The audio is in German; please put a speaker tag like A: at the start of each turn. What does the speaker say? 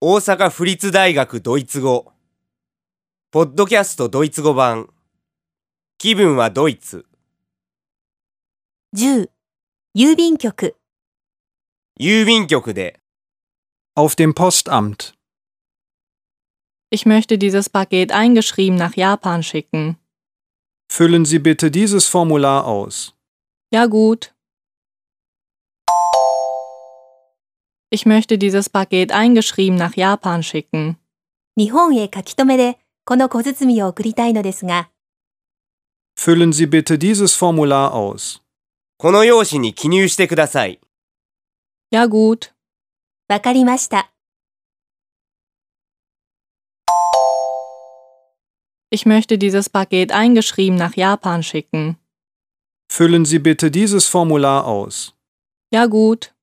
A: 大阪府立大学ドイツ語ポッドキャストドイツ語版気分はドイツ
B: 10郵便局
A: 郵便局で
C: Auf dem Postamt.
D: Ich möchte dieses Paket eingeschrieben nach Japan schicken.
C: Füllen Sie bitte dieses Formular aus.
D: Ja gut. Ich möchte dieses Paket eingeschrieben nach Japan schicken.
B: 日本へ書き留めでこの小包を送りたいのですが
C: Füllen Sie bitte dieses Formular aus.
A: この用紙に記入してください
D: Ja gut.
B: わかりました。
D: Ich möchte dieses Paket eingeschrieben nach Japan schicken.
C: Füllen Sie bitte dieses Formular aus.
D: Ja gut.